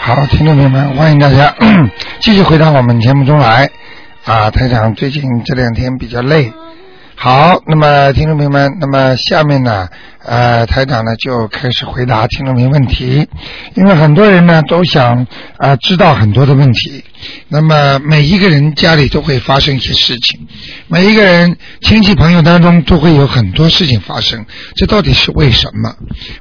好，听众朋友们，欢迎大家 继续回到我们节目中来。啊，台长最近这两天比较累。好，那么听众朋友们，那么下面呢，呃，台长呢就开始回答听众朋友问题，因为很多人呢都想啊、呃知道很多的问题。那么每一个人家里都会发生一些事情，每一个人亲戚朋友当中都会有很多事情发生，这到底是为什么？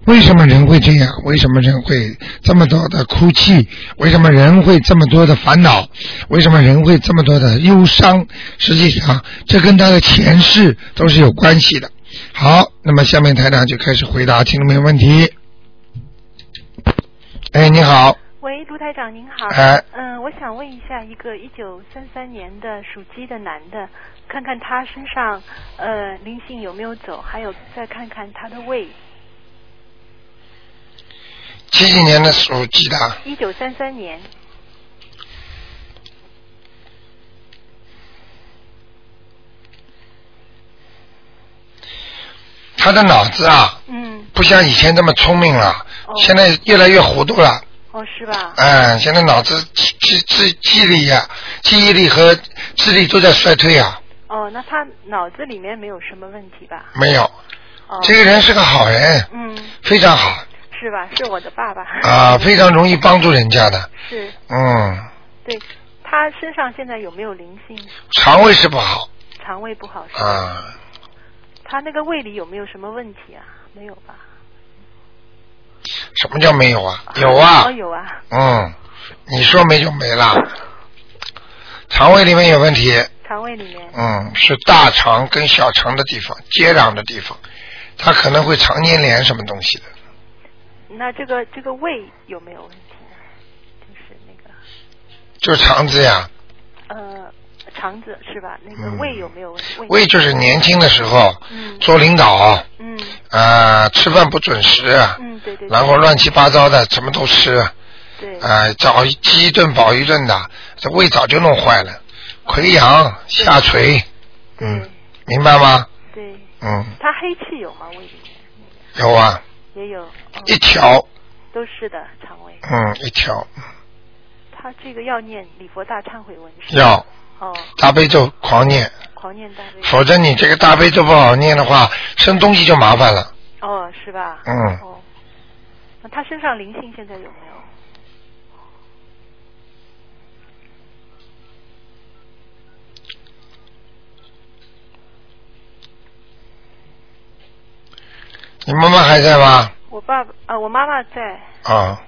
为什么人会这样？为什么人会这么多的哭泣？为什么人会这么多的烦恼？为什么人会这么多的忧伤？实际上，这跟他的前世都是有关系的。好，那么下面台长就开始回答听众朋友问题。哎，你好，喂，卢台长您好。哎嗯、我想问一下，一个一九三三年的属鸡的男的，看看他身上呃灵性有没有走，还有再看看他的胃。七几年的属鸡的，一九三三年，他的脑子啊，嗯，不像以前这么聪明了，哦现在越来越糊涂了。哦，是吧？哎，现在脑子记记记记忆力呀、记忆力和智力都在衰退啊。哦，那他脑子里面没有什么问题吧？没有，哦，这个人是个好人，嗯，非常好是吧？是我的爸爸。啊，非常容易帮助人家的。是，嗯，对，他身上现在有没有灵性？肠胃是不好肠胃不好是吧？啊，他那个胃里有没有什么问题啊？没有吧？什么叫没有啊？有啊哦，，有啊，嗯，你说没就没了。肠胃里面有问题，肠胃里面。嗯，是大肠跟小肠的地方接壤的地方，它可能会常年连什么东西的。那这个这个胃有没有问题呢？就是那个就是肠子呀，呃肠子是吧？那个嗯胃有没有问题？胃就是年轻的时候嗯做领导啊、嗯吃饭不准时，嗯对对对然后乱七八糟的什么都吃，啊、对早一饥一顿饱一顿的，这胃早就弄坏了，溃疡下垂，嗯对，明白吗？对，嗯，它黑气有吗？胃里面有啊，也有，哦一条，都是的肠胃。嗯，一条他这个要念礼佛大忏悔文是吧？要哦，大悲咒狂念，狂念大悲。否则你这个大悲咒不好念的话，生东西就麻烦了。哦，是吧？嗯哦，那他身上灵性现在有没有？你妈妈还在吗？我爸爸啊，我妈妈在。啊，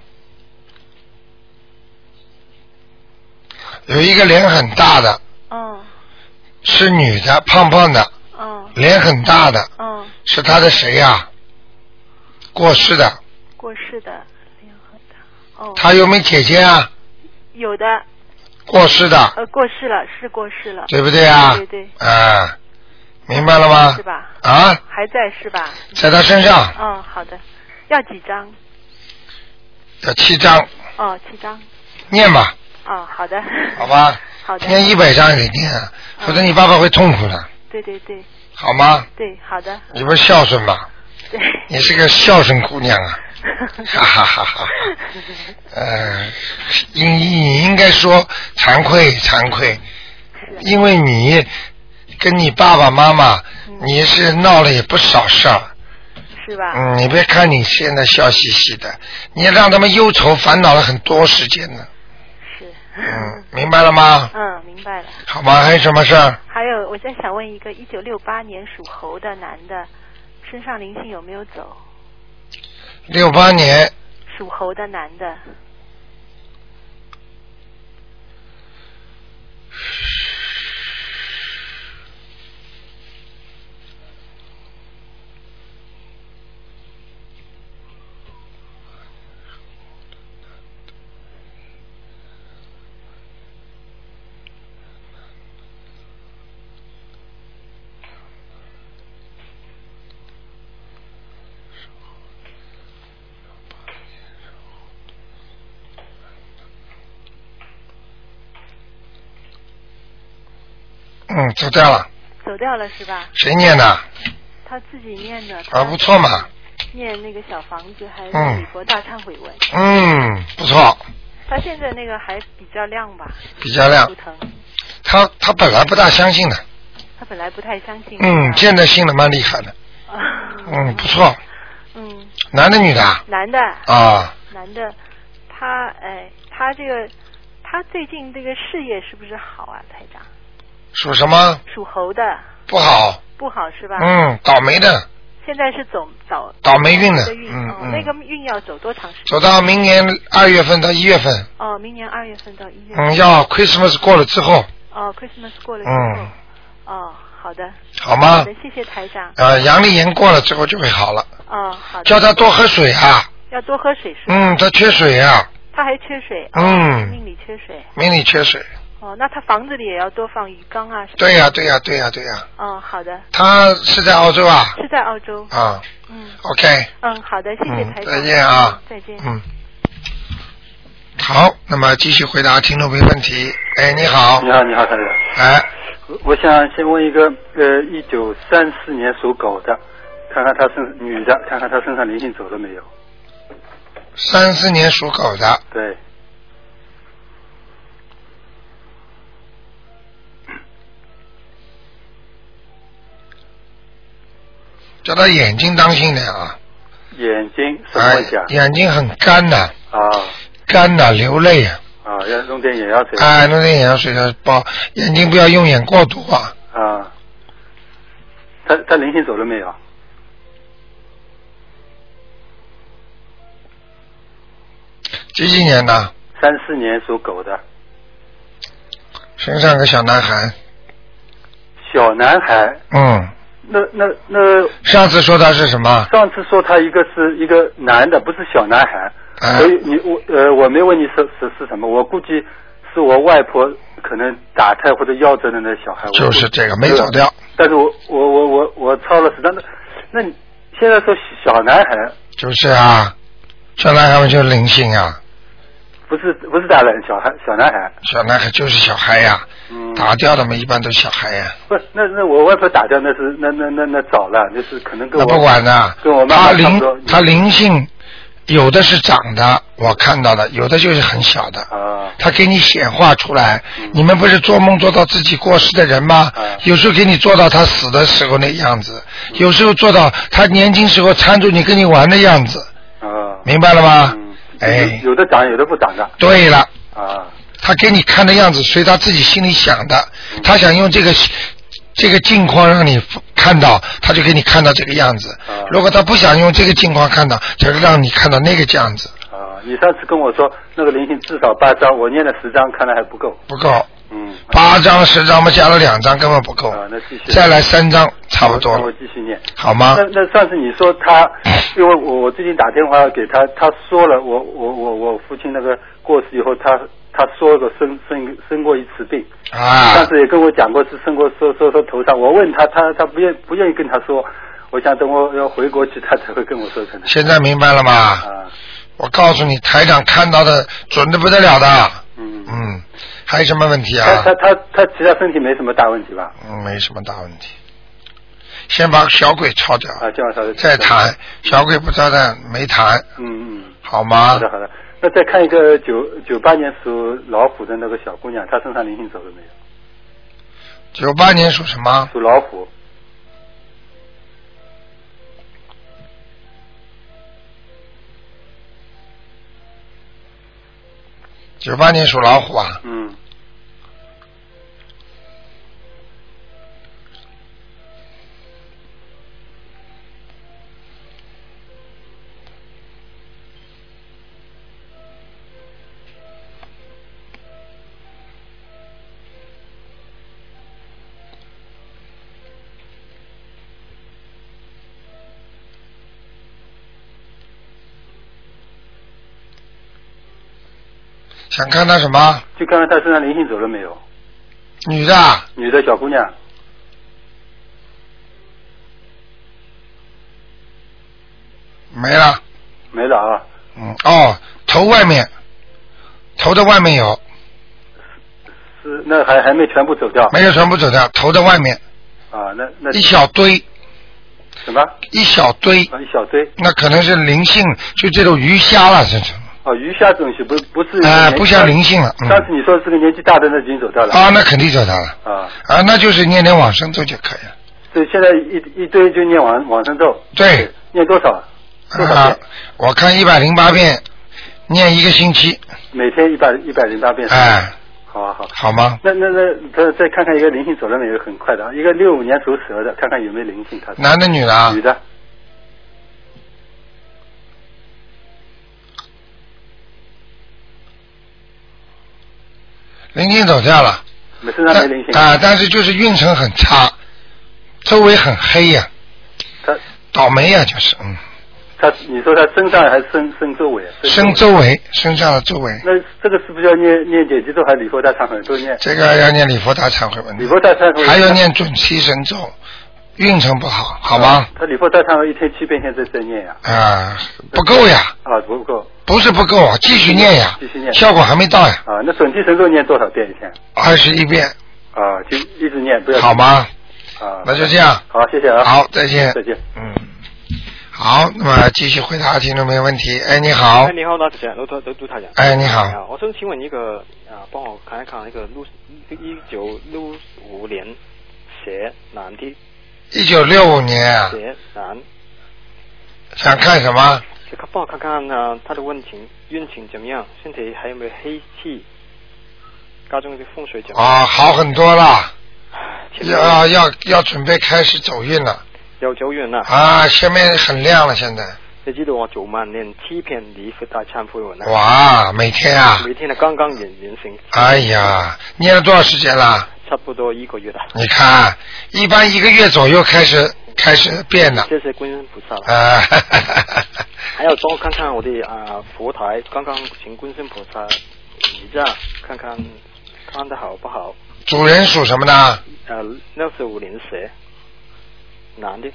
有一个脸很大的，嗯是女的，胖胖的，嗯脸很大的，嗯，是她的谁呀、过世的，过世的联合的。哦，她有没有姐姐啊？有的，过世的，呃，过世了，是过世了，对不对啊？对对啊，明白了吗是？吧？啊，还在是吧？在她身上嗯，好的，要几张？有七张，哦，七张。念吧，哦，好的。好吧？好的。念一百张给念啊，嗯否则你爸爸会痛苦的，对对对好吗？对，好的，你不是孝顺吗？对。你是个孝顺 姑娘啊，哈哈哈哈！ 呃，你你应该说惭愧惭愧，因为你跟你爸爸妈妈，你是闹了也不少事儿。嗯是吧？嗯，你别看你现在笑嘻嘻的，你让他们忧愁烦恼了很多时间呢。是。嗯，明白了吗？嗯，明白了。好吗？还有什么事儿？还有，我再想问一个，一九六八年属猴的男的，身上灵性有没有走？六八年属猴的男的，嗯，走掉了，走掉了是吧？谁念的？他自己念的。啊，不错嘛，念那个小房子，还嗯有李博大忏悔文，嗯，不错，他现在那个还比较亮吧？比较亮图。腾，他他本来不大相信的，他本来不太相信。嗯，现在信的蛮厉害的，嗯，不错，嗯，男的女的啊啊男的，啊，男的，他哎，他这个，他最近这个事业是不是好啊，台长？属什么属猴的不好？不好是吧？嗯，倒霉的，现在是走早倒霉运的的运，嗯哦嗯那个运要走多长时间？走到明年二月份到一月份，哦，明年二月份到一月。嗯，要 Christmas 过了之后，哦，Christmas 过了之后。嗯，哦，好的，好好吗的？，谢谢台长。呃，阳历年过了之后就会好了，哦，好的。叫他多喝水啊，要多喝水是吧？嗯，他缺水啊，他还缺水。哦嗯命里缺水。命里缺水，哦，那他房子里也要多放鱼缸啊。什么的对呀、对呀、对呀、对呀、哦，好的，他是在澳洲啊，是在澳洲。啊嗯，OK，嗯，好的，谢谢嗯台，长。再见啊，再见。嗯，好，那么继续回答听众朋友问题，哎，你好你，好，你好，台长。哎，我我想先问一个，呃，一九三四年属狗的，看看她身女的，看看她身上灵性走了没有？三四年属狗的，对，叫他眼睛当心点啊，眼睛什么哎问题啊，？眼睛很干呐、啊干呐、流泪啊，啊，要弄点眼药水哎，弄点眼药水要包，眼睛不要用眼过度啊，啊。她她灵性走了没有？几几年的？三四年属狗的身上有个小男孩，小男孩，嗯，那那那上次说他是什么？ 上次说他一个是一个男的，不是小男孩，啊所以你我呃我没问你是是是什么，我估计是我外婆可能打胎或者夭折的那小孩，我就估是这个没走掉，但是我我我我我抄了是，但是那你现在说小男孩就是啊，小男孩们就是灵性啊，不是不是大人，小孩小男孩，小男孩就是小孩呀、嗯，打掉的嘛一般都是小孩呀、不那那我外婆打掉那是那那那那早了，那是可能跟那我不管的跟我，妈妈他差不多灵他灵性有的是长的，我看到的，有的就是很小的。啊他给你显化出来嗯，你们不是做梦做到自己过世的人吗嗯？有时候给你做到他死的时候那样子，有时候做到他年轻时候缠住你跟你玩的样子，啊，明白了吗嗯？哎有，有的长有的不长的对了，啊他给你看的样子随他自己心里想的嗯，他想用这个这个境况让你看到，他就给你看到这个样子嗯。如果他不想用这个境况看到，就是让你看到那个样子，啊，你上次跟我说那个灵性至少八张，我念了十张，看来还不够，不够。嗯，八张十张嘛，加了两张根本不够啊，那啊继续再来三张差不多那我了，继续念。好吗嗯那？那上次你说他，因为我我最近打电话给他，他说了我我我我父亲那个过世以后，他他说了生生生过一次病，上啊，次也跟我讲过是生过说说说头上，我问他他他不愿不愿意跟他说，我想等我要回国去他才会跟我说可能现在明白了吗？啊我告诉你，台长看到的准的不得了的。嗯，嗯，还有什么问题他啊？他他他其他身体没什么大问题吧？嗯，没什么大问题。先把小鬼抄掉，啊，这样稍微再谈。小鬼不招的没谈，嗯嗯。好吗好的？好的，那再看一个九九八年属老虎的那个小姑娘，她身上灵性走了没有？九八年属什么？属老虎，九八年属老虎啊。嗯，想看他什么？就看看她身上灵性走了没有？女的啊，女的小姑娘，没了。没了啊，嗯，哦，头外面，头的外面有，哦是那还还没全部走掉没有全部走掉，头的外面啊？那那一小堆，什么？一小堆，啊，一小堆那可能是灵性，就这种鱼虾了，这种哦，鱼虾这种是不不是啊、年纪不像灵性了。嗯、上次你说是个年纪大的那已经走掉了啊，那肯定找他了啊，啊，那就是念念往生咒就可以了。所以现在一一堆就念往往生咒，对，念多少？多少啊遍？，我看一百零八遍，念一个星期，每天一百一百零八遍。哎，好啊好啊。好吗？那那那，再再看看一个灵性走了没有？很快的，啊，一个六五年属蛇的，看看有没有灵性。他男的女的啊女？的，灵性走掉了，没身上没但灵性。啊，但是就是运程很差，周围很黑呀、他倒霉呀、就是嗯，他，你说他身上还是身身周围啊？身围。周围，身上的周围，那这个是不是要念念姐姐咒还是礼佛大忏悔都念？这个要念礼佛大忏悔文礼，佛大忏悔还要念准提神咒，运程不好，好吗？他礼佛大忏悔一天七遍，现在在念呀。啊，不够呀，啊，不够不是不够，啊继续念呀继续，念效果还没到呀，啊。那准提神咒念多少遍一天？二十一遍，啊，就一直念，不要好吗？啊。那就这样，好，谢谢啊。好，再见再，见。嗯，好，那么继续回答听众朋友问题。哎，你好哎，，你好，老主持人，卢卢卢卢太阳。哎，你你好，好，我想请问一个啊，帮我看一看一个六一九六五年蛇男的一九六五年啊，蛇男，想看什么？就看帮我看看啊他的运情运情怎么样，身体还有没有黑气，家中的风水怎么样？啊，好很多了，前面要要要准备开始走运了有走远啦，啊，前面很亮了，现在你知道我做满年七片礼佛大忏悔文啊，哇，每天啊，每天呢刚刚完完成，哎呀，念了多少时间了？差不多一个月啦。你看，一般一个月左右开始开始变了谢谢观音菩萨啦。啊， 还有多看看我的啊佛台，刚刚请观世菩萨你这样看看看的好不好？主人属什么呢？呃，六十五年蛇，男的，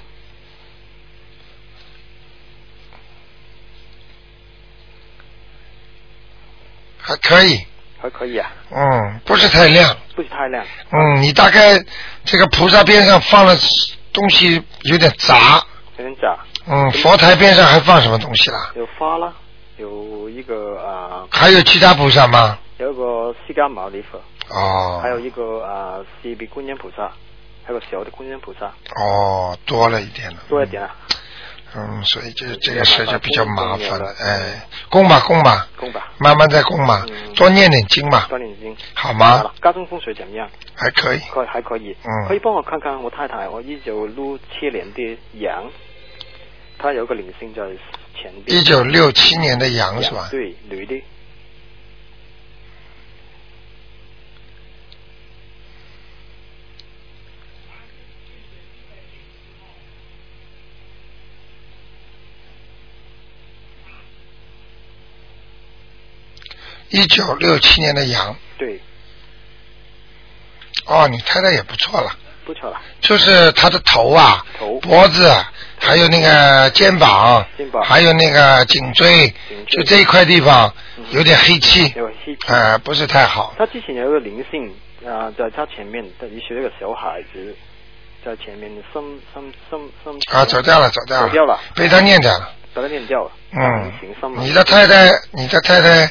还可以，还可以啊，嗯，不是太亮。不是太亮。嗯，你大概这个菩萨边上放了东西有点杂，有点假，嗯，佛台边上还放什么东西啦？有花啦，有一个啊、还有其他菩萨吗？有一个释迦牟尼佛，哦，还有一个啊四臂观音菩萨，还有个小的观音菩萨，哦，多了一点了，多一点啊，嗯，所以这嗯这个事就比较麻烦了嗯，哎，供吧供吧，供吧，慢慢再供吧，嗯多念点经吧，锻炼眼睛。好好吗了？，家中风水怎么样？还可以，可还可以，嗯可以帮我看看我太太，我一九六七年的羊，她有个灵性在前边，一九六七年的羊是吧？对，女的，一九六七年的羊，对，哦，你太太也不错了，不错了，就是她的头啊，头脖子，还有那个肩膀，肩膀还有那个颈椎，颈椎就这一块地方嗯有点黑气，有黑气。呃，不是太好。她之前有一个灵性啊、在她前面，她也是一个小孩子，在前面心心心心啊，走掉了，走掉了，嗯走掉了，被他念掉了。把它念掉了，嗯灵性心嘛你的太太，你的太太，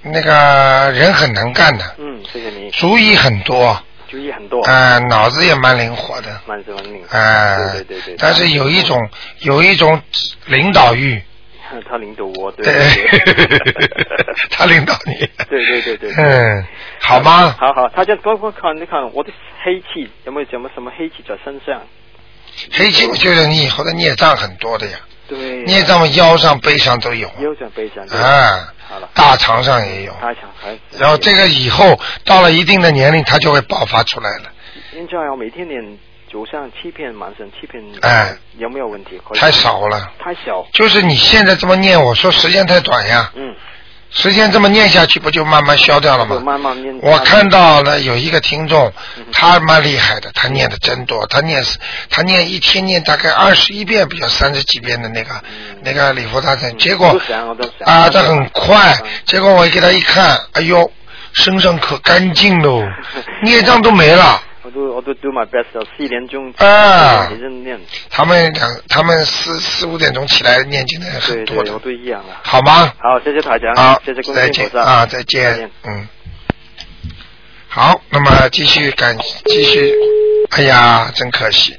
那个人很能干的，嗯，谢谢你，主意很多，注意很多，呃，脑子也蛮灵活的，慢生命，呃，对对对对，但是有一种有一种领导欲， 他领导我，对对 对对。他领导你，对对对对嗯，好吗？好好，他就包括看你看我的黑气有没有什么什么黑气在身上？黑气就是你以后的孽障很多的呀，对，孽障嘛腰上、背上都有，有点悲伤。对，啊好了，哎大肠上也有。太强太。然后这个以后到了一定的年龄，它就会爆发出来了，现在我每天练早上七片，晚上七片，哎，有没有问题？可以太，少了。太少，就是你现在这么念，我说时间太短呀，嗯，时间这么念下去，不就慢慢消掉了就吗？慢慢练。我看到了有一个听众嗯哼，他蛮厉害的，他念的真多，他念他念一天念大概二十一遍，比较三十几遍的那个嗯那个礼佛大忏，嗯结果我都想我都想啊，他很快 嗯，结果我给他一看，哎呦，身上可干净喽，孽障都没了，慢慢我都我都 do my best 了，四点钟啊一直念，他们两，他们四四五点钟起来念经的人很对多对，的我，都一样了。好吗？好，谢谢台长，好谢谢，观再世音见菩萨啊，再见，嗯。好，那么继续感继续，哎呀，真可惜，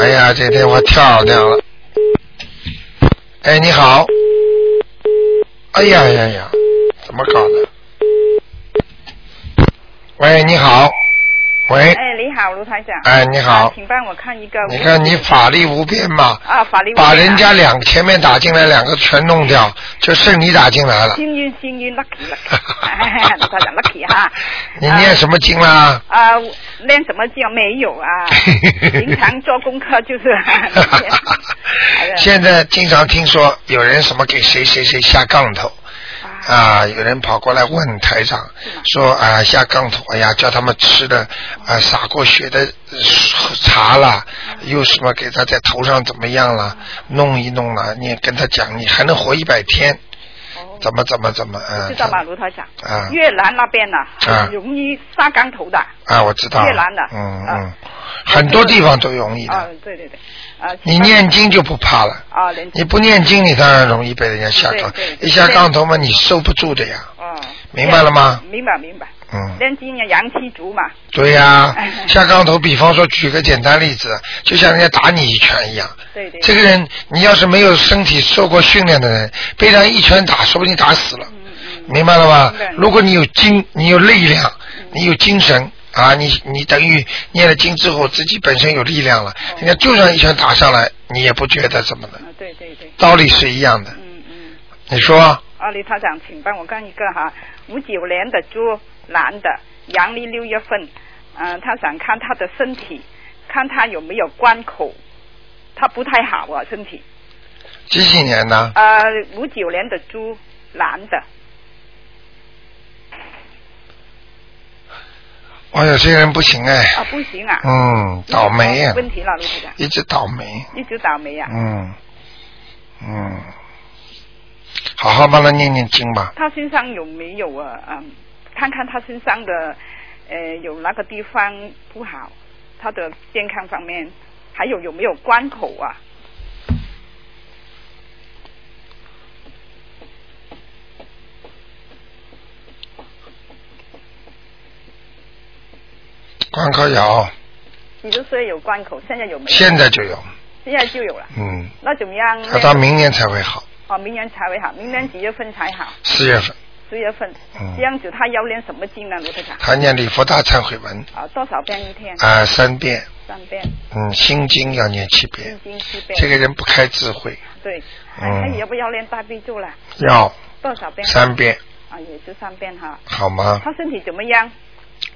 哎呀，这电话跳掉了。哎，你好，哎呀呀呀，怎么搞的？喂，你好，喂，哎，你好，卢台长。哎你好啊请帮我看一个。你看你法力无边嘛，啊，法律。把人家两前面打进来两个全弄掉，就剩你打进来了。幸运幸运 lucky lucky，卢台长 lucky 哈。 你念什么经啦？？啊，练什么叫没有啊 平常做功课就是。哎呀现在经常听说有人什么给谁谁谁下杠头啊啊，有人跑过来问台长说啊下杠头，哎呀叫他们吃的啊洒过血的呃茶啦，嗯又什么给他在头上怎么样啦，弄一弄啦，你也跟他讲你还能活一百天，哦怎么怎么怎么啊知道吗，卢台长？啊越南那边呢，啊很容易杀钢头的。啊我知道越南的嗯啊嗯，很多地方都容易啊的，，对对对。啊，你念经就不怕了。啊，连你不念经，你当然容易被人家下杠对对，对一下杠头嘛，你收不住的呀。哦，明白了吗明白明白。嗯，练今年阳气足嘛。对呀、哎下杠头，比方说举个简单例子，就像人家打你一拳一样。对对。这个人，你要是没有身体受过训练的人，被人家一拳打，说不定打死了，嗯嗯。明白了吗明白？嗯如果你有精，你有力量，你有精神啊，你你等于念了经之后，自己本身有力量了，人家就算一拳打上来，你也不觉得怎么的，嗯啊，对对对，道理是一样的。嗯嗯。你说啊，李台长，请帮我看一个哈，五九年的猪，男的，阳历六月份，嗯、他想看他的身体，看他有没有关口，他不太好啊，身体。几几年呢？呃，五九年的猪，男的，哎呀，这个人不行啊哎，，不行啊，嗯，倒霉呀、问题了，卢台长，一直倒霉，一直倒霉啊。嗯，嗯，好好帮他念念经吧，他身上有没有啊？嗯，看看他身上的，呃，有哪个地方不好，他的健康方面，还有有没有关口啊？关口有，几十岁有关口，现在有没有？现在就有，现在就有了。嗯，那怎么样呢？要到明年才会好，哦，明年才会好，明年几月份才好？四月份十月份。嗯这样子他要练什么经呢，卢科长？他念礼佛大忏悔文啊，多少遍一天？啊、三遍，三遍，嗯，心经要念七心遍，经嗯七遍。这个人不开智慧，对。嗯还有要不要练大悲咒了？要多少遍？三遍啊，也就三遍哈。好吗？他身体怎么样？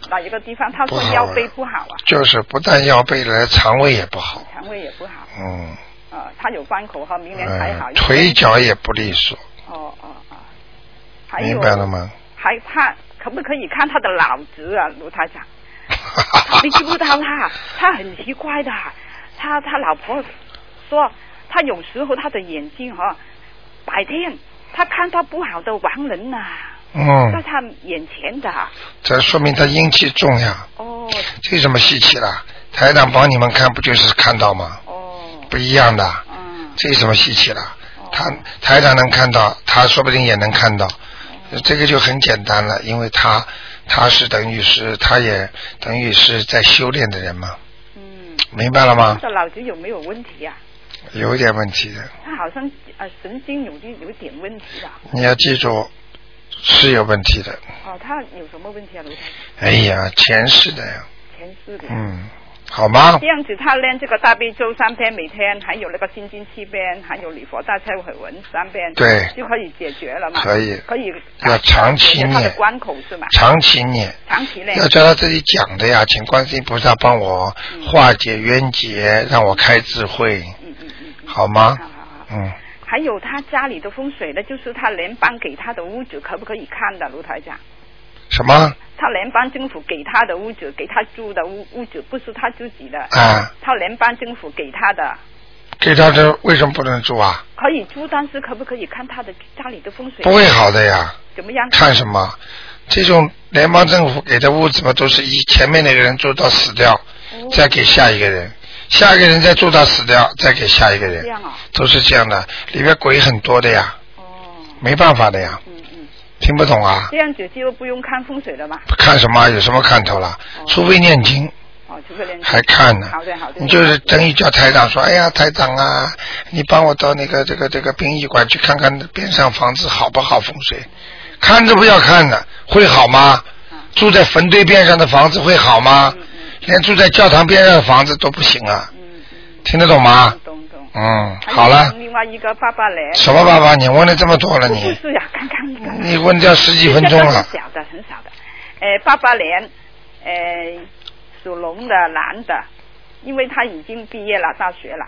哪一个地方？他不说好啊腰背不好啊，就是不但要背了，肠胃也不好，肠胃也不好，嗯，啊，他有关口哈，明年才好呃，。腿脚也不利索，哦哦哦，还有明白了吗？还他可不可以看他的脑子啊，卢台长？你知不知道他？他很奇怪的，他他老婆说，他有时候他的眼睛哈、白天他看到不好的亡人呐、在嗯，他眼前的。这说明他阴气重呀，哦这有什么稀奇啦？台长帮你们看，不就是看到吗？哦，不一样的，嗯，这有什么稀奇啦？哦他台长能看到，他说不定也能看到，这个就很简单了，因为他他是等于是他也等于是在修炼的人嘛，嗯，明白他了吗？的脑子有没有问题啊？有一点问题的，他好像呃神经有点有点问题吧？你要记住是有问题的。哦，他有什么问题啊，卢台长？哎呀，前世的呀，前世的。嗯，好吗这？样子，他练这个大悲咒三篇每天，还有那个心经七遍，还有礼佛大忏悔文三遍，对就可以解决了嘛？可以可以要长期解决他的念关口是吗？长期念。长期练要叫他自己讲的呀，请观世音菩萨帮我化解冤结，让我开智慧，嗯嗯嗯，嗯好吗好好好？嗯，还有他家里的风水呢，就是他联邦给他的屋主可不可以看的，卢台长？什么他联邦政府给他的屋主，给他租的屋屋主不是他自己的，啊？他联邦政府给他的，给他这为什么不能住啊？可以租，但是可不可以看他的家里的风水不会好的呀，怎么样？看什么？这种联邦政府给的物质嘛，都是一前面那个人做到死掉，哦再给下一个人，下一个人再做到死掉，再给下一个这人，样啊，都是这样的。里边鬼很多的呀，哦，没办法的呀，嗯嗯，听不懂啊？这样子就不用看风水了嘛，看什么？有什么看头了？除非念经，哦，除非连还看呢。好的好的，你就是等于叫台长说，哎呀，台长啊，你帮我到那个这个这个殡仪馆去看看边上房子好不好风水，看都不要看的，会好吗？嗯住在坟堆边上的房子会好吗？连住在教堂边上的房子都不行啊，嗯嗯，听得懂吗？懂懂。嗯，好了，另外一个爸爸嘞，什么爸爸？你问了这么多了，不你是呀，刚刚一个。你问掉十几分钟了很，小的，很小的。呃，八八年，呃，属龙的男的，因为他已经毕业了大学了，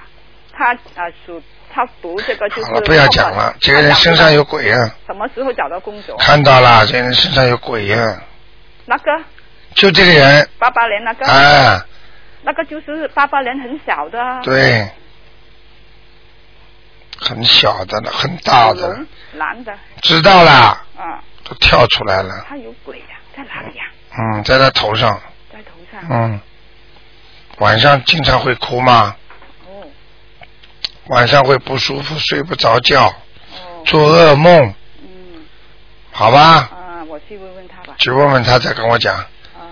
他啊属他读这个就是。好了，不要讲了，这个人身上有鬼啊，什么时候找到工作？看到了，这个人身上有鬼啊，那个就这个人，八八年那个、哎，那个就是八八年很小的啊。对，很小的了，很大属的龙，男的知道啦，啊，都跳出来了，他有鬼呀、在哪里呀、嗯，在他头上，在头上。嗯，晚上经常会哭吗？哦晚上会不舒服，睡不着觉，哦，做噩梦，嗯好吧？啊，我去问问他吧。去问问他再跟我讲，啊，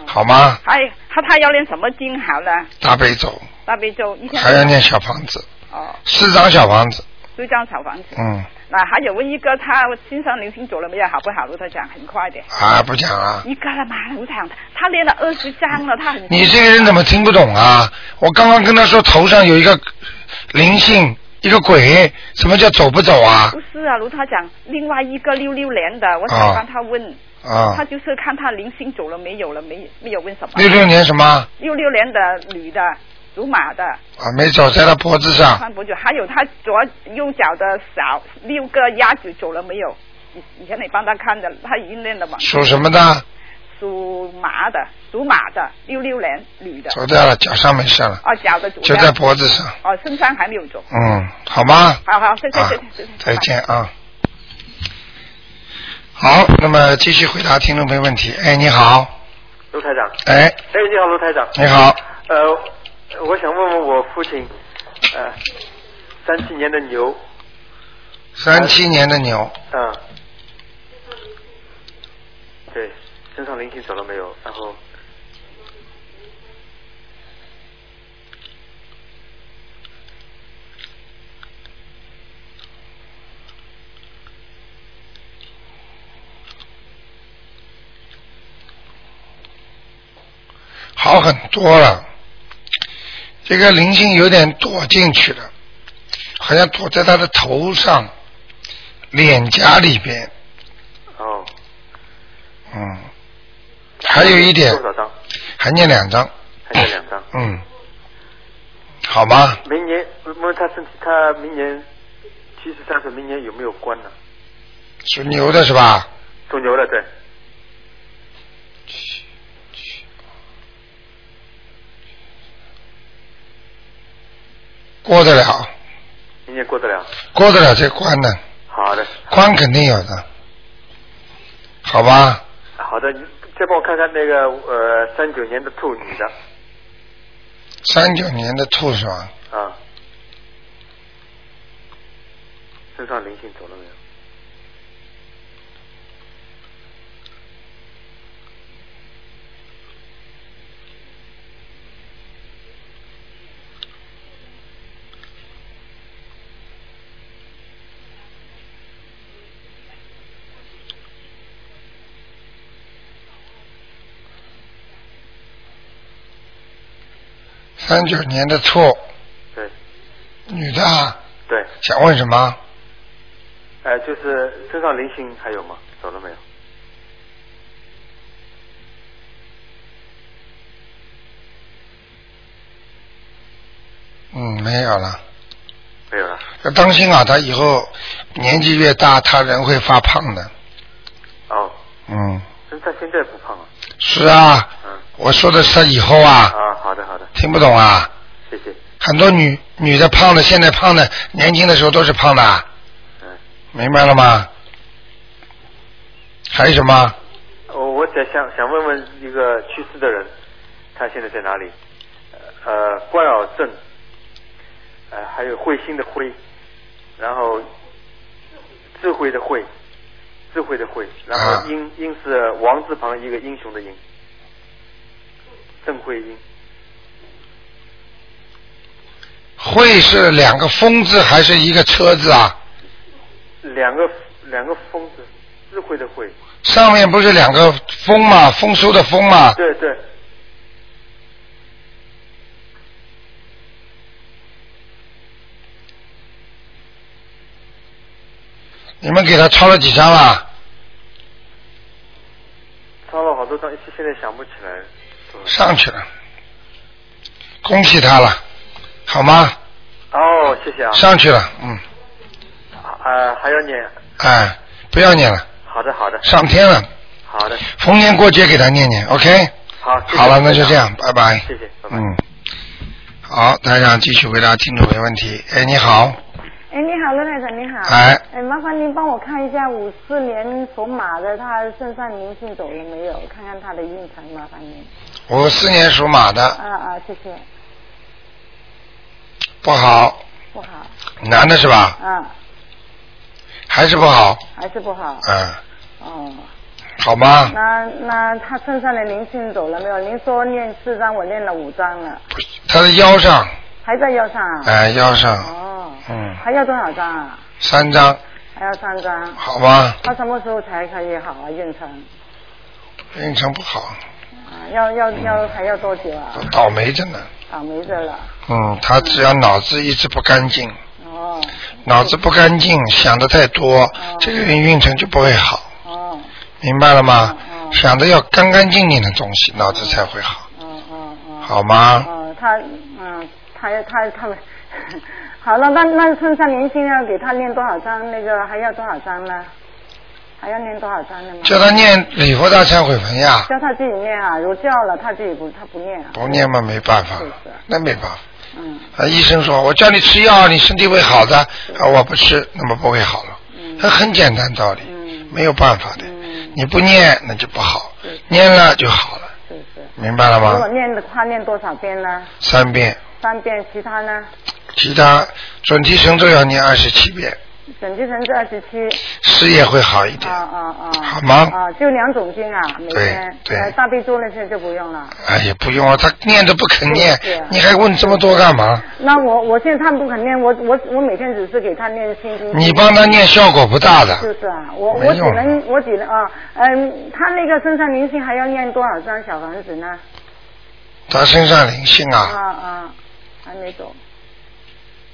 好吗？还他他要念什么经好呢？大悲咒大悲咒一天还要念小房子，哦，四张小房子，就这样炒房子。嗯，那还有问一个，他身上灵性走了没有？好不好？卢台长，很快的。啊，不讲了。一个了嘛，卢台长，他练了二十张了，他很。你这个人怎么听不懂啊？我刚刚跟他说头上有一个灵性，一个鬼，什么叫走不走啊？不是啊，卢台长，另外一个六六年的，我想啊帮他问，啊他，就是看他灵性走了没有了，没没有问什么。六六年什么啊？六六年的女的，属马的，没哎走，在他脖子上，穿不久，还有他左右脚的小六个鸭子走了没有？以以前你帮他看的，他已经练了嘛，属什么的？属马的，属马的，六六年女的。走掉了，脚上没事了，哦，脚的左就边。在脖子上。哦，身上还没有走。嗯，好吗？好好，谢谢啊谢谢谢谢，，再见啊。好，那么继续回答听众朋友问题。哎，你好，卢台长，哎，哎，你好，卢台长，你好，呃，我想问问我父亲，呃，三七年的牛，三七年的牛，啊，对，身上灵性走了没有？然后好很多了。这个灵性有点躲进去了，好像躲在他的头上、脸颊里边。哦，嗯，还有一点多，少张？还念两张，还有两张。嗯，好吗？明年问问他身体，他明年七十三岁，明年有没有关呢？属牛的是吧？属牛的，对，过得了，明年过得了。过得了这关的，好的，关肯定有的，好吧？好的，你再帮我看看那个呃三九年的兔女的三九年的兔是吧？啊，身上灵性走了没有？三九年的兔，对女的啊，对，想问什么？呃，就是身上灵性还有吗？走了没有？嗯，没有了，没有了。要当心啊！他以后年纪越大，他人会发胖的。哦，嗯，那他现在不胖啊？是啊，嗯，我说的是他以后啊，啊，好的好的，听不懂啊？谢谢。很多女女的胖的，现在胖的，年轻的时候都是胖的啊，嗯，明白了吗？还有什么？我我想呃想想问问一个去世的人，他现在在哪里？呃，关尔镇，呃，还有慧心的慧，然后智慧的慧，智慧的慧，然啊后英英是王字旁一个英雄的英，郑慧英，会是两个风字还是一个车字啊？两个两个风字，智慧的慧，上面不是两个丰嘛，丰收的丰嘛，对对，你们给他抄了几张啊了？抄了好多张，现在想不起来了。上去了，恭喜他了，好吗？哦，谢谢啊。上去了，嗯，啊呃，还要念，哎，不要念了，好的好的。上天了，好的，逢年过节给他念念，OK？好。谢谢好了，那就台长这样，拜拜。谢谢，拜拜。嗯，好，台长继续回答听众没问题。哎，你好，哎，你好，罗奶奶，你好。哎哎，麻烦您帮我看一下五四年属马的，他身上灵性走了没有？看看他的运程，麻烦您。五四年属马的，啊啊，谢谢。不好，不好。男的是吧？啊，还是不好，还是不好。嗯，哦。好吗？那那他身上的灵性走了没有？您说念四张，我念了五张了，他的腰上，还在腰上啊？哎，腰上，哦。嗯，还要多少张啊？三张，还要三张。好吗？他什么时候才可以好啊？运程运程不好，啊，要要要还要多久啊？倒霉着呢。倒霉着了。嗯，他只要脑子一直不干净，哦脑子不干净，想的太多，这个人运程就不会好，哦明白了吗？想的要干干净净的东西，脑子才会好，哦哦哦。好吗？哦，他嗯，他他他 们。好了，那那身上灵性要给他念多少张？那个还要多少张呢？还要念多少张呢吗？叫他念哎礼佛大忏悔文呀，叫他自己念啊，有叫了他自己不，他不念啊。哦不念嘛没办法是，是，那没办法。嗯啊，医生说我叫你吃药，你身体会好的，啊，我不吃，那么不会好了。这很简单道理，嗯没有办法的。嗯，你不念那就不好是，念了就好了，是是。明白了如果吗？念的话，念多少遍呢？三遍，三遍，其他呢？其他准提神咒要念二十七遍，整经成是二十七，事业会好一啊点。啊啊，好吗啊，就两种经啊，每天，对对呃大悲咒那些就不用了。哎呀，不用啊，他念都不肯念是啊，你还问这么多干嘛？那我我现在他不肯念，我我我每天只是给他念心经。你帮他念效果不大是的，不是啊？我没我只用能我只能啊，嗯，他那个身上灵性还要念多少张小房子呢？他身上灵性啊啊，啊，还没走，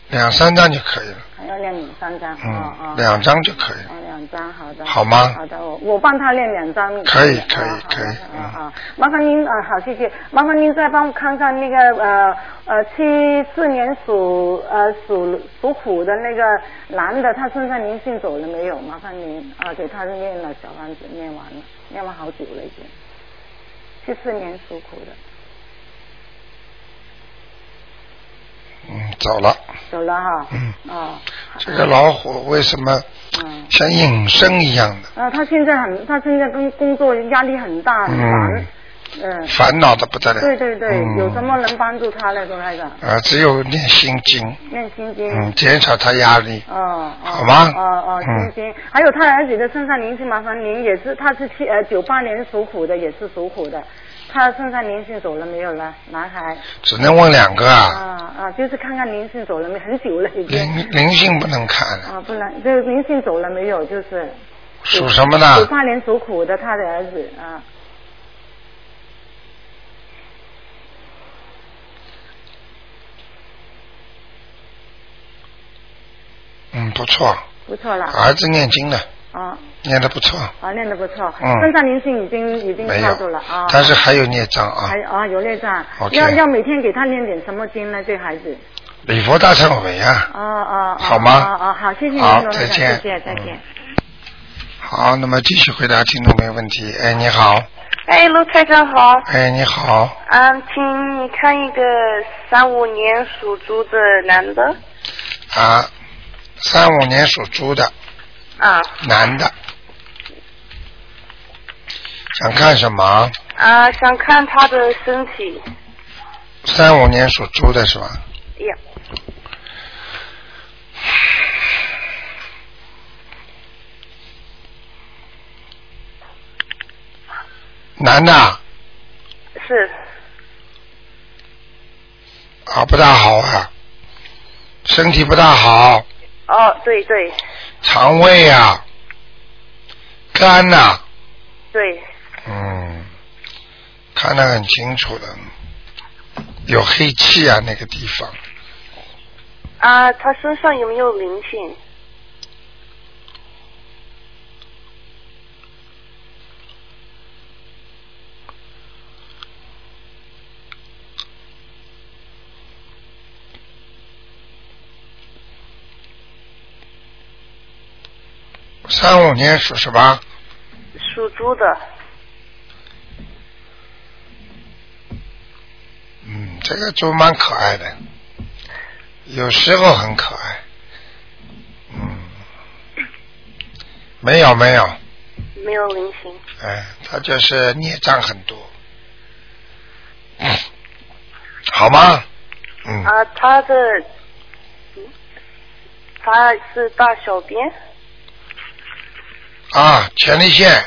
两三张就可以了，还要念两三张。啊啊嗯，。两张就可以了。哦，两张，好的。好吗好的，我我帮他练两张。可以啊可以好的可以啊嗯啊，麻烦您啊，好，谢谢。麻烦您再帮我看看那个呃呃七四年属呃属属虎的那个男的，他身上灵性走了没有？麻烦您啊，给他念了小房子，念完了，念完好久了已经。七四年属虎的，嗯，走了。走了哈。嗯。哦，这个老虎为什么嗯。像隐身一样的啊，他现在很，他现在工工作压力很大，很嗯烦，嗯，烦恼的不得了？对对对，嗯、有什么能帮助他呢，罗台长？啊，只有念心经，念心经。嗯，减少他压力。哦哦，哎好吗哦哦，嗯心经，还有他儿子的身上灵性，麻烦您也是，他是七呃九八年属虎的，也是属虎的，他身上灵性走了没有呢？男孩只能问两个啊啊，啊，就是看看灵性走了没，很久了已经灵灵性不能看了，啊，不然就是灵性走了没有，就是属什么九呢？八年属虎的他的儿子啊，嗯，不错，不错了儿子念经了，啊念的不错，啊，练得不错，嗯身上灵性已经已经没靠住了有啊，，但是还有孽障啊还。啊有内障 OK 要要每天给他念点什么经呢？这孩子。礼佛大忏悔啊，哦哦。哦好吗哦哦，好，谢谢您，好罗台长再见嗯谢谢，再见。好，那么继续回答听众没问题。哎，你好，哎，卢台长好，哎，你好，嗯，请你看一个三五年属猪的男的，啊，三五年属猪的，啊，男的，想看什么？啊，想看他的身体。三五年属猪的是吧？呀，男的啊是啊不大好啊，身体不大好，哦，对对肠胃啊，肝呐、对，嗯，看得很清楚的，有黑气啊那个地方，啊，他身上有没有灵性？三五年属什么？属猪的，嗯，这个猪蛮可爱的，有时候很可爱，嗯，没有没有，没有灵性。哎，他就是孽障很多，嗯好吗？嗯，啊，他的，嗯他是大小便，啊，前列腺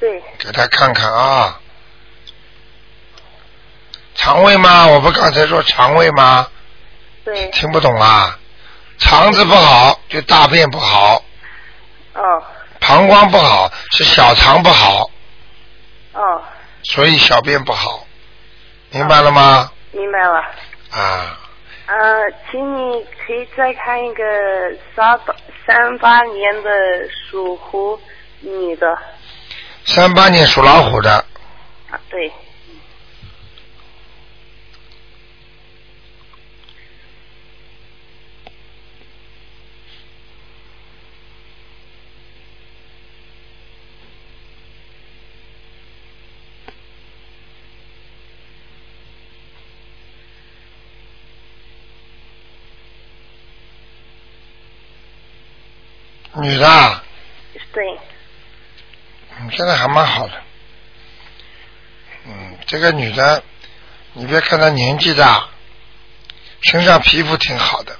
对，给他看看啊，肠胃吗？我不刚才说肠胃吗？对，听不懂啊，肠子不好就大便不好，哦膀胱不好是小肠不好，哦，所以小便不好，明白了吗？明白了。啊，呃，请你可以再看一个三八三八年的属虎女的三八年属老虎的，啊，对，女的啊，对，嗯，现在还蛮好的。嗯，这个女的，你别看她年纪大，身上皮肤挺好的。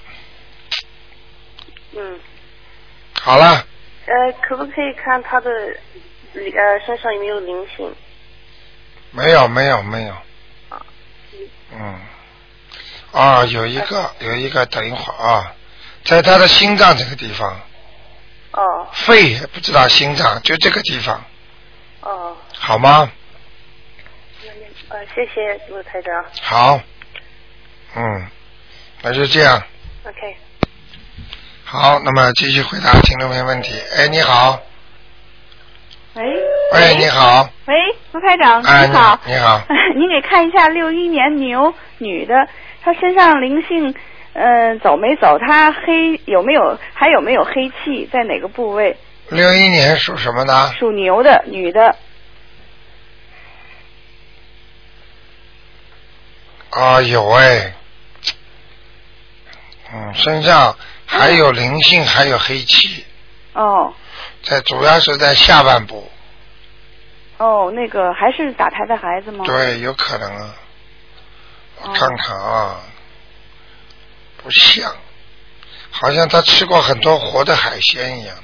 嗯，好了，呃，可不可以看她的呃身上有没有灵性？没有没有没有。嗯。啊，有一个有一个，等一会儿啊，在她的心脏这个地方，哦肺也不知道心脏就这个地方，哦，好吗？呃，谢谢卢台长好。嗯，那就这样。 ，OK，好，那么继续回答听众朋友问题。哎，你好，喂，哎，你好，喂，卢台长，哎，你你好， 你好，您给看一下六一年牛女的，她身上灵性，呃，走没走？她黑有没有？还有没有黑气？在哪个部位？六一年属什么呢？属牛的女的，啊，有哎，嗯，身上还有灵性，还有黑气，哦在主要是在下半部，哦，那个还是打胎的孩子吗？对，有可能啊，哦，看看啊，不像，好像他吃过很多活的海鲜一样，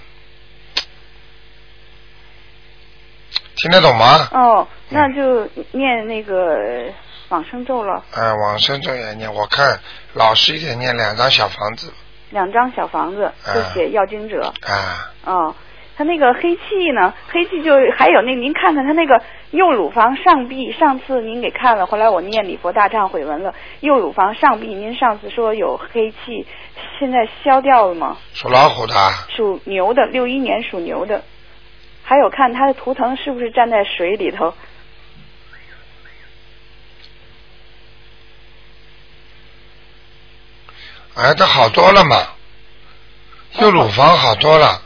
听得懂吗？哦，那就念那个往生咒了，呃，往生咒也念，我看老实一点念两张小房子两张小房子，就啊写要经者。啊，哦，他那个黑气呢？黑气就还有那，您看看他那个右乳房上壁，上次您给看了，后来我念礼佛大忏悔文了，右乳房上壁，您上次说有黑气，现在消掉了吗？属老虎的啊属牛的，六一年属牛的，还有看他的图腾是不是站在水里头？哎，都好多了嘛，右乳房好多了，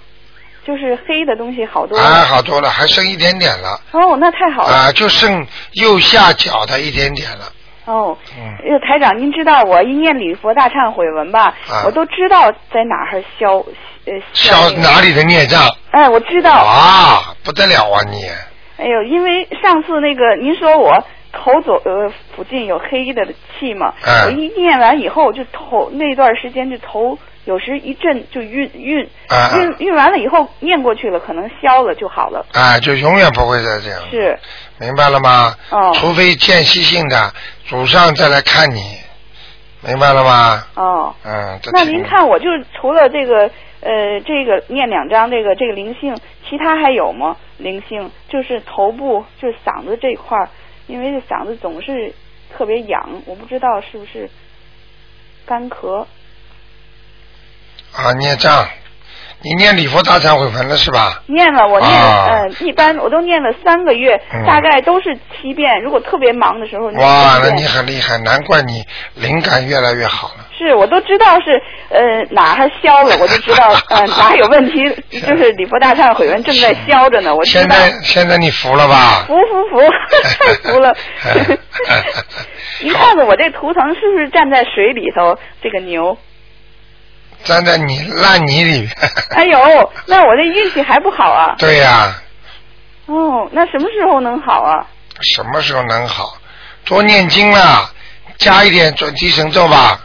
就是黑的东西好多了。哎，好多了，还剩一点点了，哦，那太好了。啊，就剩右下角的一点点了，哦，嗯，呃，台长，您知道我一念礼佛大忏悔文吧，啊我都知道在哪儿消呃消那个哪里的孽障哎，我知道。啊，不得了啊你，哎呦，因为上次那个您说我头左呃附近有黑的气嘛，嗯我一念完以后就头那段时间就头有时一阵就晕晕，啊啊晕晕完了以后念过去了，可能消了就好了。啊，就永远不会再这样，是，明白了吗？哦除非间歇性的，祖上再来看你，明白了吗？哦，嗯，这那挺您，看我就是除了这个呃这个念两张这个这个灵性，其他还有吗？灵性就是头部就是嗓子这一块儿，因为这嗓子总是特别痒，我不知道是不是干咳。啊，孽障，你念礼佛大忏悔文了是吧？念了，我念，啊嗯、一般我都念了三个月，嗯大概都是七遍。如果特别忙的时候，念哇，七那遍你很厉害，难怪你灵感越来越好了。是我都知道是呃哪儿还消了，我就知道呃哪儿有问 题，就是礼佛大忏悔文正在消着呢，我知现道。在现在你服了 吧？！服服服，太服 了哎 您看看我这图腾是不是站在水里头？这个牛，站在你烂泥里面。 哎呦，那我这运气还不好啊！对呀、哦，那什么时候能好啊？什么时候能好？多念经啦，加一点准提神咒吧。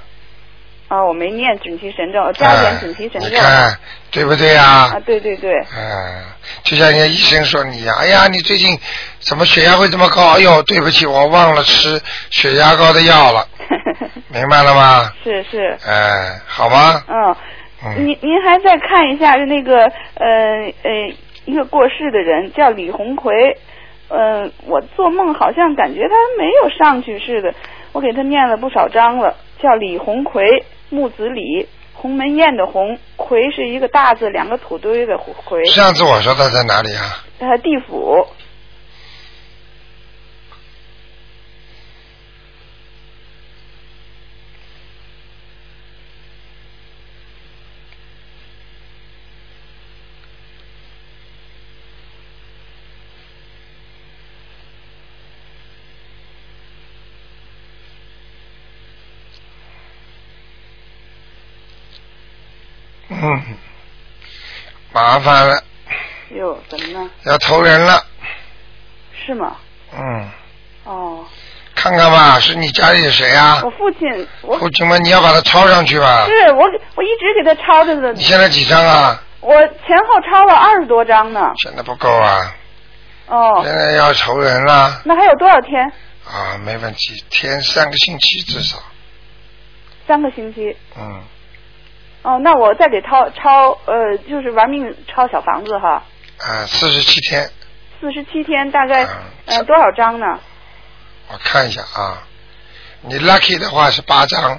啊，我没念准提神咒，加点准提神咒哎你。看对不对呀啊，？对对对，嗯，就像人家医生说你呀、哎呀，你最近怎么血压会这么高？哎呦，对不起，我忘了吃血压高的药了，明白了吗？是是，哎，好吗？嗯，嗯，您您还再看一下那个呃呃一个过世的人叫李红奎，呃，我做梦好像感觉他没有上去似的，我给他念了不少章了，叫李红奎，木子李，鸿门宴的鸿，奎是一个大字两个土堆的奎，上次我说他在哪里啊？呃地府，嗯，麻烦了，哟，怎么呢？要投人了。是吗？嗯，哦，看看吧，是你家里的谁啊我？父亲，我父亲们，你要把它抄上去吧。是我我一直给他抄着的你，现在几张啊？我前后抄了二十多章呢。现在不够啊，哦，现在要仇人了那还有多少天？啊，没问题，天三个星期至少，三个星期。嗯，哦，那我再给抄抄，呃，就是玩命抄小房子哈，啊，四十七天，四十七天大概，嗯呃，多少章呢？我看一下啊，你 lucky 的话是八张，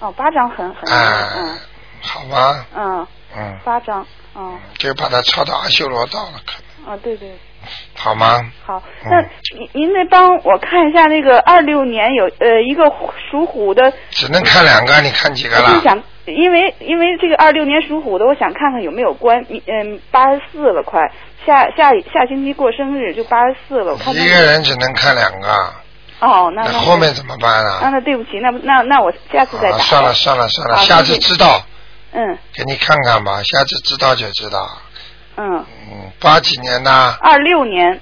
哦，八章很很厉害，啊，好吗？嗯嗯，嗯，八章，嗯就把它抄到阿修罗道了，可能啊，对对，好吗？好，嗯那您您得帮我看一下那个二六年有呃一个虎属虎的，只能看两个，你看几个我就了？想，因为因为这个二六年属虎的，我想看看有没有关，嗯，八十四了快，下下下星期过生日就八十四了，我看他一个人只能看两个，哦，那那那后面怎么办啊，啊？那对不起，那不那那我下次再打啊，吧。算了算了算了，好下谢次谢知道嗯给你看看吧，下次知道就知道。嗯，嗯，八几年的二六年，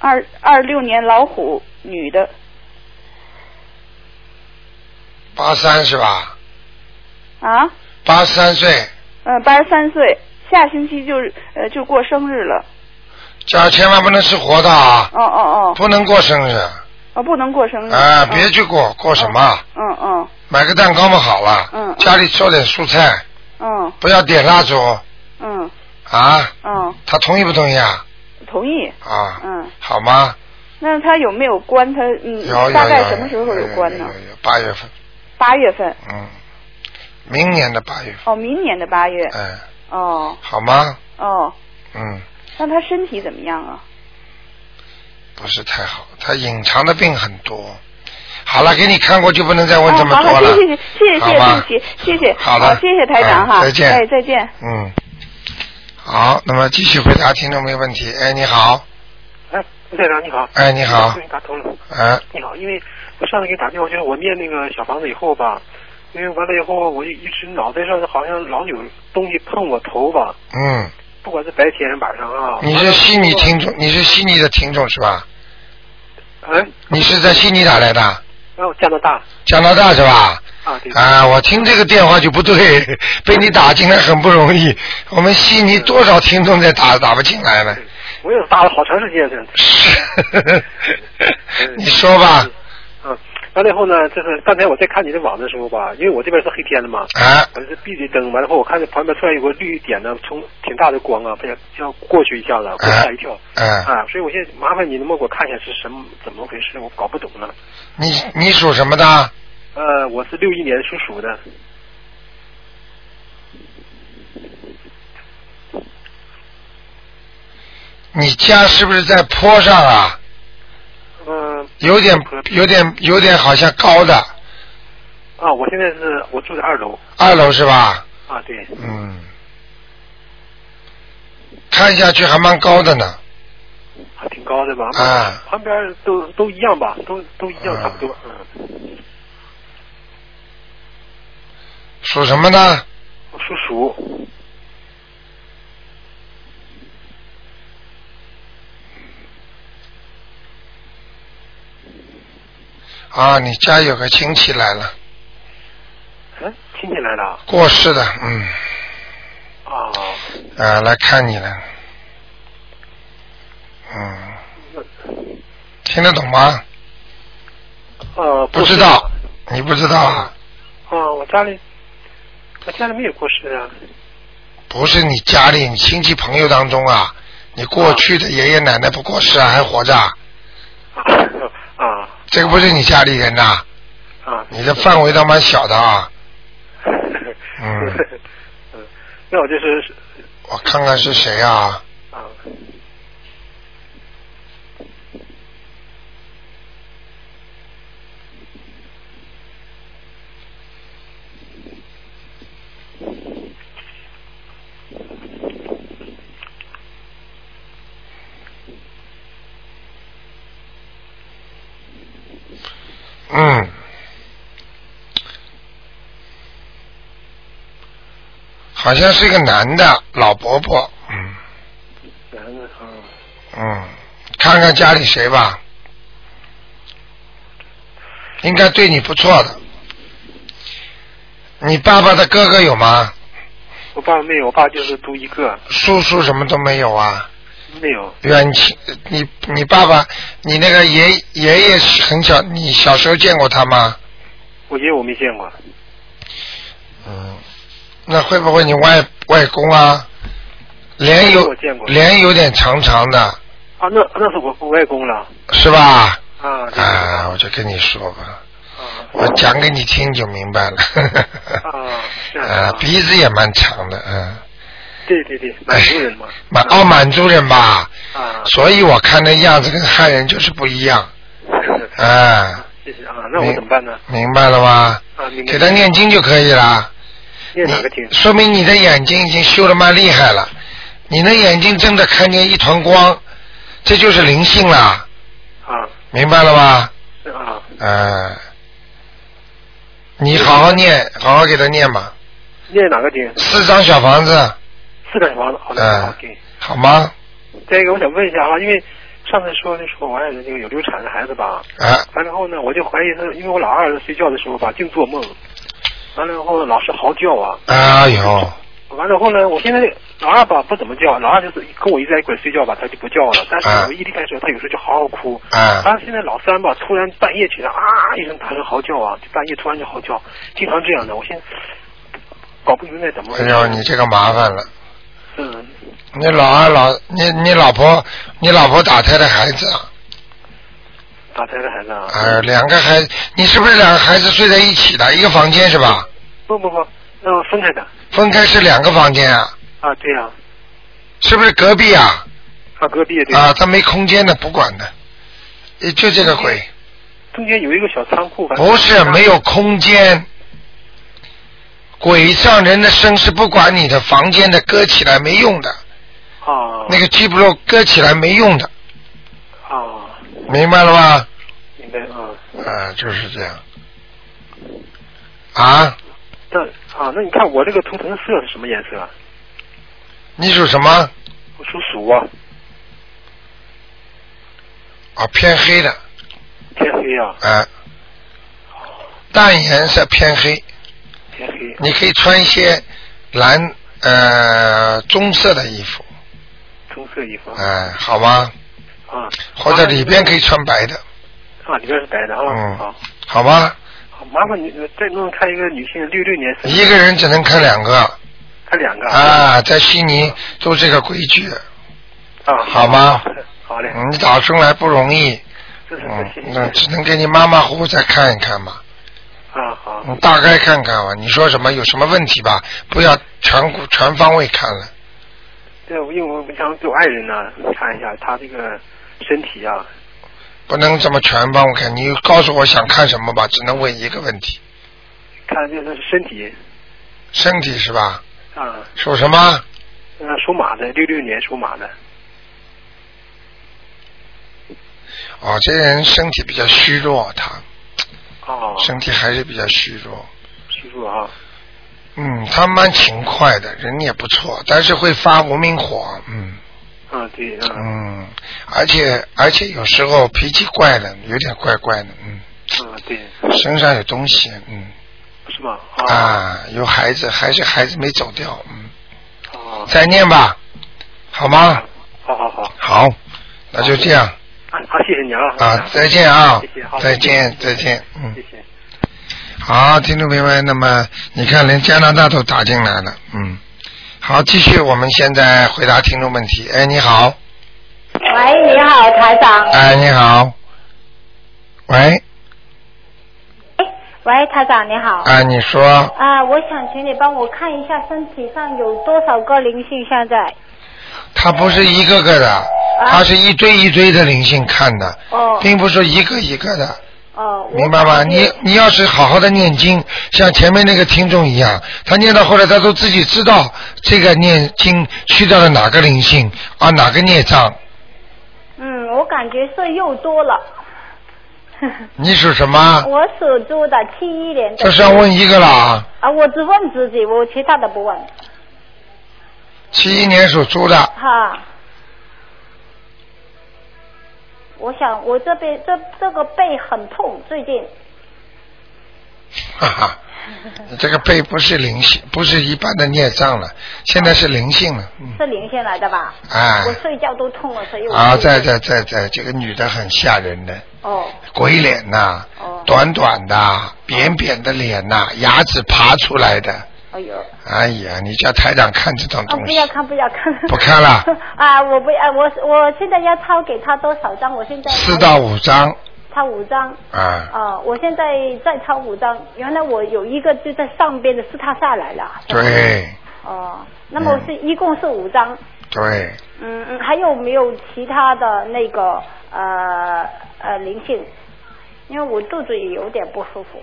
二二六年老虎女的，八三是吧？啊，八三岁，嗯，八十三岁，下星期就是呃就过生日了。叫千万不能吃活的啊，哦哦哦，不能过生日哦不能过生日。啊，嗯别去过，过什么？嗯嗯买个蛋糕嘛好了，嗯家里做点蔬菜，嗯不要点蜡烛嗯啊。嗯，他同意不同意啊？同意。啊，嗯，好吗？那他有没有关他？嗯有有有，大概什么时候有有关呢？？有有有八月份，八月份。嗯，明年的八月份，哦，明年的八月。嗯，哦好吗？哦，嗯，那他身体怎么样啊？不是太好，他隐藏的病很多。好了，给你看过就不能再问这么哦、多好了。了，谢谢谢谢谢好谢对吧不起，谢谢，哦好了，谢谢台长哈，嗯再见，哎，再见。嗯，好，那么继续回答听众没问题。哎，你好，哎，吴队长你好。哎你好终于打通了。哎，你好，因为我上次给你打电话，就是我念那个小房子以后吧，因为完了以后我一直脑袋上好像老有东西碰我头吧，嗯，不不管是白天晚上啊。你是悉尼听众，你是悉尼的听众是吧？哎，你是在悉尼打来的，然后加拿大加拿大是吧？啊，对。啊，我听这个电话就不对， 被你打进来很不容易。我们悉尼多少听众在打，打不进来呢？ 我也打了好长时间了。你说吧，嗯，完了以后呢，就是刚才我在看你的网的时候吧，因为我这边是黑天的嘛，啊，我是闭着灯，完了以后我看见旁边突然有个绿点呢，从挺大的光啊，不想要过去一下子，给我吓一跳，嗯啊，所以我现在麻烦你能不能给我看一下是什么怎么回事，我搞不懂呢。你你属什么的？呃，我是六一年属鼠的，你家是不是在坡上啊？嗯、有点有点有点好像高的啊，我现在是我住在二楼二楼是吧？啊，对，嗯，看下去还蛮高的呢。还挺高的吧？啊，旁边都都一样吧，都都一样差不多，嗯，属什么呢？我属鼠，啊，你家有个亲戚来了，嗯，亲戚来了啊过世的，嗯，啊，啊，来看你了。嗯，嗯听得懂吗？呃，不知道，你不知道啊？啊，我家里，我家里没有过世啊。不是你家里，你亲戚朋友当中啊，你过去的爷爷奶奶不过世啊，还活着啊，啊这个不是你家里人呐、啊！你的范围倒蛮小的啊。嗯，那我就是我看看是谁啊？啊嗯，好像是一个男的老伯伯。嗯男的啊，嗯，看看家里谁吧，应该对你不错的。你爸爸的哥哥有吗？我爸爸没有，我爸就是独一个，叔叔什么都没有啊？没有远亲，你你爸爸，你那个爷爷爷很小，你小时候见过他吗？我爷爷我没见过，嗯，那会不会你外外公啊，脸有我见过脸有点长长的，啊，那那是我我外公了是吧？啊啊，我就跟你说吧，我讲给你听就明白了。啊，是 啊，鼻子也蛮长的，嗯，对对对，哎满族人嘛，满哦满族人吧，啊，所以我看那样子跟汉人就是不一样，啊，谢谢啊，那我怎么办呢？明白了吗？啊，明白给他念经就可以了。念哪个经？说明你的眼睛已经修的蛮厉害了，你的眼睛真的看见一团光，这就是灵性了，啊，明白了吧？是啊，呃，你好好念，好好给他念吧，念哪个经？四张小房子，四个小房子，好的嗯，OK。好吗？再一个，我想问一下啊，因为上次说的说我爱人这个有流产的孩子吧，啊，完了后呢，我就怀疑他，因为我老二睡觉的时候吧，净做梦，完了后老是嚎叫啊，哎呦，完了后呢，我现在老二吧不怎么叫，老二就是跟我一直在一块睡觉吧，他就不叫了，但啊是我一离开的时候，他有时候就嗷嗷哭，啊完了现在老三吧，突然半夜起来啊一声，大声嚎叫啊，就半夜突然就嚎叫，经常这样的，我现在搞不明白怎么回哎事，呦，你这个麻烦了，嗯，你老二老你你老婆你老婆打胎的孩子啊，打胎的孩子啊，哎，两个孩子，你是不是两个孩子睡在一起的一个房间是吧？不不不，那、我分开的分开是两个房间啊，啊，对呀、是不是隔壁啊？啊，隔壁对啊，他没空间的，不管的，也就这个鬼，中间有一个小仓库吧？啊不是没有空间。鬼上人的身是不管你的房间的，搁起来没用的，啊那个鸡不肉搁起来没用的，啊，明白了吗？明白啊。啊，就是这样。啊，那啊，那你看我这个图腾色是什么颜色啊？你属什么？我属鼠啊，啊，偏黑的，天黑啊，啊，淡颜色偏黑，天黑。你可以穿一些蓝呃棕色的衣服，棕色衣服哎、好吗？啊，或者里边可以穿白的，啊，里边是白的啊，嗯好，好吗？好，麻烦你呃再弄看一个女性，六六年生，一个人只能看两个看两个啊，在悉尼都这个规矩，啊，好吗？好嘞，你打出来不容易，这是嗯，那只能给你马马虎虎再看一看嘛，啊，好，你大概看看吧。你说什么有什么问题吧？不要全股全方位看了。对，因为我想对我爱人呢看一下他这个身体啊，不能这么全帮我看，你告诉我想看什么吧，只能问一个问题，看这个身体身体是吧？啊，属什么？呃，属马的，六六年属马的，哦，这个人身体比较虚弱，他哦，身体还是比较虚弱。记住啊，嗯，他蛮勤快的，人也不错，但是会发无名火，嗯啊，对，啊，嗯，而且而且有时候脾气怪的，有点怪怪的，嗯，啊，对，身上有东西，嗯是吧？啊，有孩子，还是孩子没走掉，嗯，啊，再念吧，好吗？好好好，好，那就这样。啊，好，谢谢你啊，啊，再见啊谢谢，好，，再见，再见，嗯谢，谢。好，听众朋友们，那么你看，连加拿大都打进来了，嗯，好，继续，我们现在回答听众问题。哎，你好，喂，你好，台长。哎，你好，喂，喂，台长你好。哎，你说啊，我想请你帮我看一下身体上有多少个灵性现在。他不是一个个的，他是一堆一堆的灵性看的，啊哦并不是一个一个的，哦，明白吗？你你要是好好的念经，像前面那个听众一样，他念到后来，他都自己知道这个念经去掉了哪个灵性啊，哪个孽障。嗯，我感觉是又多了。你属什么？我属猪的，七一年的。这是要问一个了啊，啊，我只问自己，我其他的不问。七一年属猪的，哈。我想我这边这这个背很痛，最近。哈哈，你 这个背不是灵性，不是一般的孽障了，现在是灵性了。是零线来的吧？哎我睡觉都痛了，所以我啊，就在在在在，这个女的很吓人的，哦鬼脸呐、哦短短的、扁扁的脸呐、牙齿爬出来的。哎呦，哎呀，你叫台长看这种啊东不西，要看不要看，嗯不看了 啊我不要我我现在要抄给他多少张？我现在四到五张抄五张。啊，啊，我现在再抄五张。原来我有一个就在上边的，是他下来了。对哦，那么是一共是五张。对，嗯嗯，还有没有其他的那个呃呃灵性？因为我肚子也有点不舒服。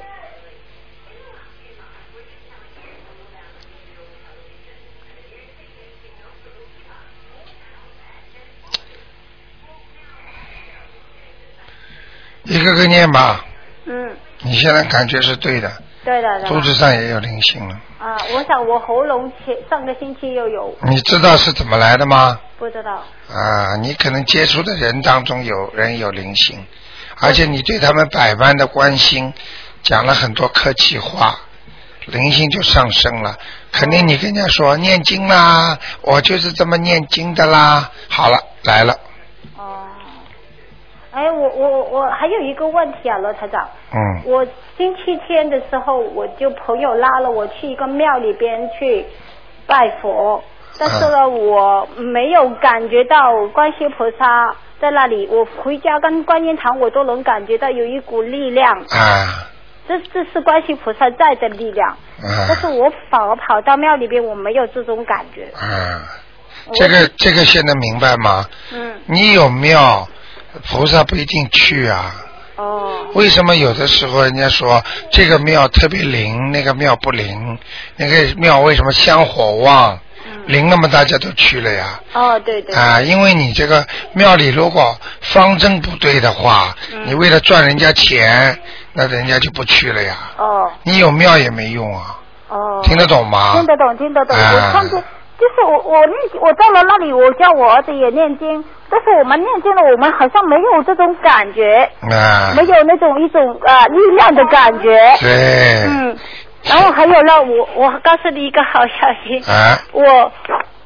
一个个念吧。嗯，你现在感觉是对的，对的。对啊的肚子上也有灵性了，啊，我想我喉咙前上个星期又有，你知道是怎么来的吗？不知道。啊，你可能接触的人当中有人有灵性，而且你对他们百般的关心，讲了很多客气话，灵性就上升了。肯定你跟人家说念经啦，我就是这么念经的啦。好了，来了，哎，我我我我还有一个问题啊，罗台长，嗯，我星期天的时候，我就朋友拉了我去一个庙里边去拜佛，嗯但是呢，我没有感觉到观世菩萨在那里，我回家跟观音堂我都能感觉到有一股力量，啊这这是观世菩萨在的力量，但啊是我反而跑到庙里边，我没有这种感觉，啊，这个这个现在明白吗？嗯，你有庙，菩萨不一定去啊。哦，为什么有的时候人家说这个庙特别灵，那个庙不灵？那个庙为什么香火旺？灵那么大家都去了呀。哦，对对，啊，因为你这个庙里如果方针不对的话，你为了赚人家钱，那人家就不去了呀。哦。你有庙也没用啊，哦，听得懂吗？听得懂，听得懂。啊我看见就是我我念我到了那里，我叫我儿子也念经，但是我们念经了，我们好像没有这种感觉，啊，没有那种一种啊力量的感觉。对，嗯，然后还有呢，我我告诉你一个好消息，啊，我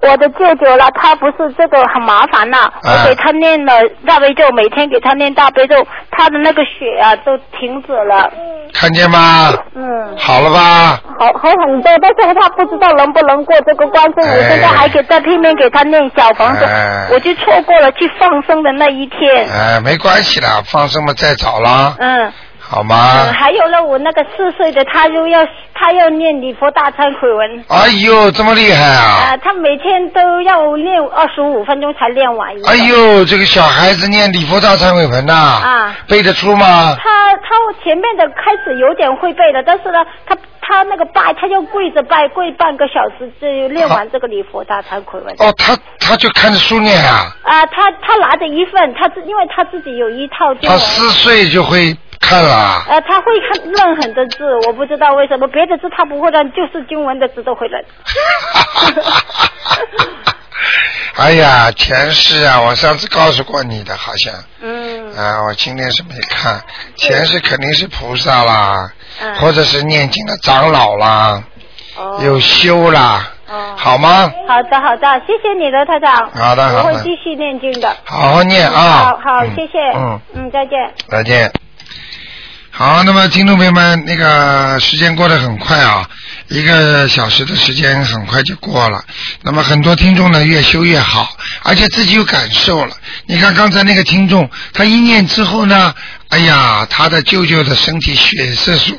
我的舅舅了，他不是这个很麻烦呐、啊我给他念了大悲咒，每天给他念大悲咒，他的那个血啊都停止了，看见吗？嗯，好了吧？好好很多，但是他不知道能不能过这个关，所以我现在还给在拼命给他念小房子，哎我就错过了去放生的那一天，哎，没关系啦，放生嘛再找啦，嗯。好吗嗯，？还有呢，我那个四岁的他又要他要念礼佛大忏悔文。哎呦，这么厉害啊！啊，他每天都要练二十五分钟才练完一个。哎呦，这个小孩子念礼佛大忏悔文呐，啊！背得出吗？他他前面的开始有点会背了，但是呢，他他那个拜，他就跪着拜，跪半个小时就练完这个礼佛大忏悔文。哦，他他就看着书念啊，啊，他他拿着一份，他自因为他自己有啊一套经他文。四岁就会看了啊。呃，他会看认很多字，我不知道为什么，别的字他不会认，就是经文的字都会认。哎呀，前世啊，我上次告诉过你的，好像。嗯。啊，我今天是没看，前世肯定是菩萨啦，嗯或者是念经的长老啦，哦有修啦，哦好吗？好的，好的，谢谢你了，台长。哎好的我好的会继续念经的。好好念啊好好，嗯谢谢。嗯嗯，再见。再见。好，那么听众朋友们，那个时间过得很快啊，一个小时的时间很快就过了。那么很多听众呢，越修越好，而且自己有感受了。你看刚才那个听众，他一念之后呢，哎呀，他的舅舅的身体血色素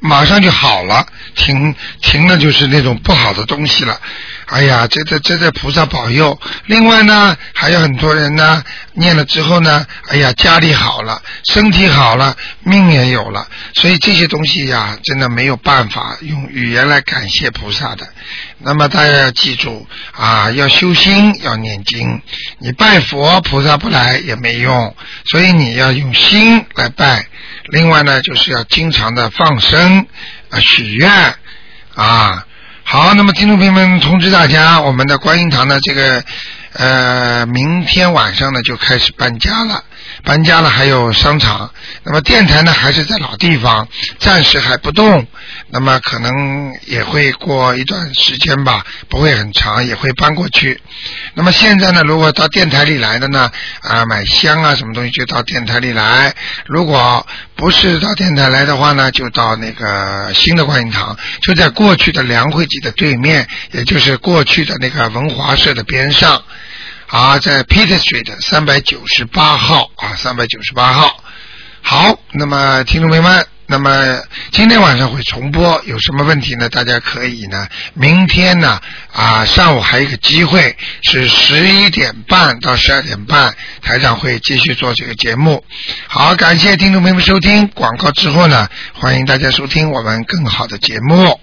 马上就好了，停停了就是那种不好的东西了。哎呀，这这这在菩萨保佑。另外呢，还有很多人呢，念了之后呢，哎呀，家里好了，身体好了，命也有了。所以这些东西呀，真的没有办法用语言来感谢菩萨的。那么大家要记住啊，要修心，要念经。你拜佛，菩萨不来也没用，所以你要用心来拜。另外呢，就是要经常的放生啊，许愿啊。好，那么听众朋友们，通知大家，我们的观音堂呢，这个呃，明天晚上呢就开始搬家了，搬家了还有商场，那么电台呢还是在老地方，暂时还不动，那么可能也会过一段时间吧，不会很长，也会搬过去。那么现在呢，如果到电台里来的呢，啊，买香啊什么东西就到电台里来；如果不是到电台来的话呢，就到那个新的观音堂，就在过去的梁惠集的对面，也就是过去的那个文华社的边上，啊，在 Peter Street 三百九十八号啊，三百九十八号。好，那么听众朋友们，那么今天晚上会重播，有什么问题呢？大家可以呢，明天呢啊上午还有一个机会是十一点半到十二点半，台长会继续做这个节目。好，感谢听众朋友们收听广告之后呢，欢迎大家收听我们更好的节目。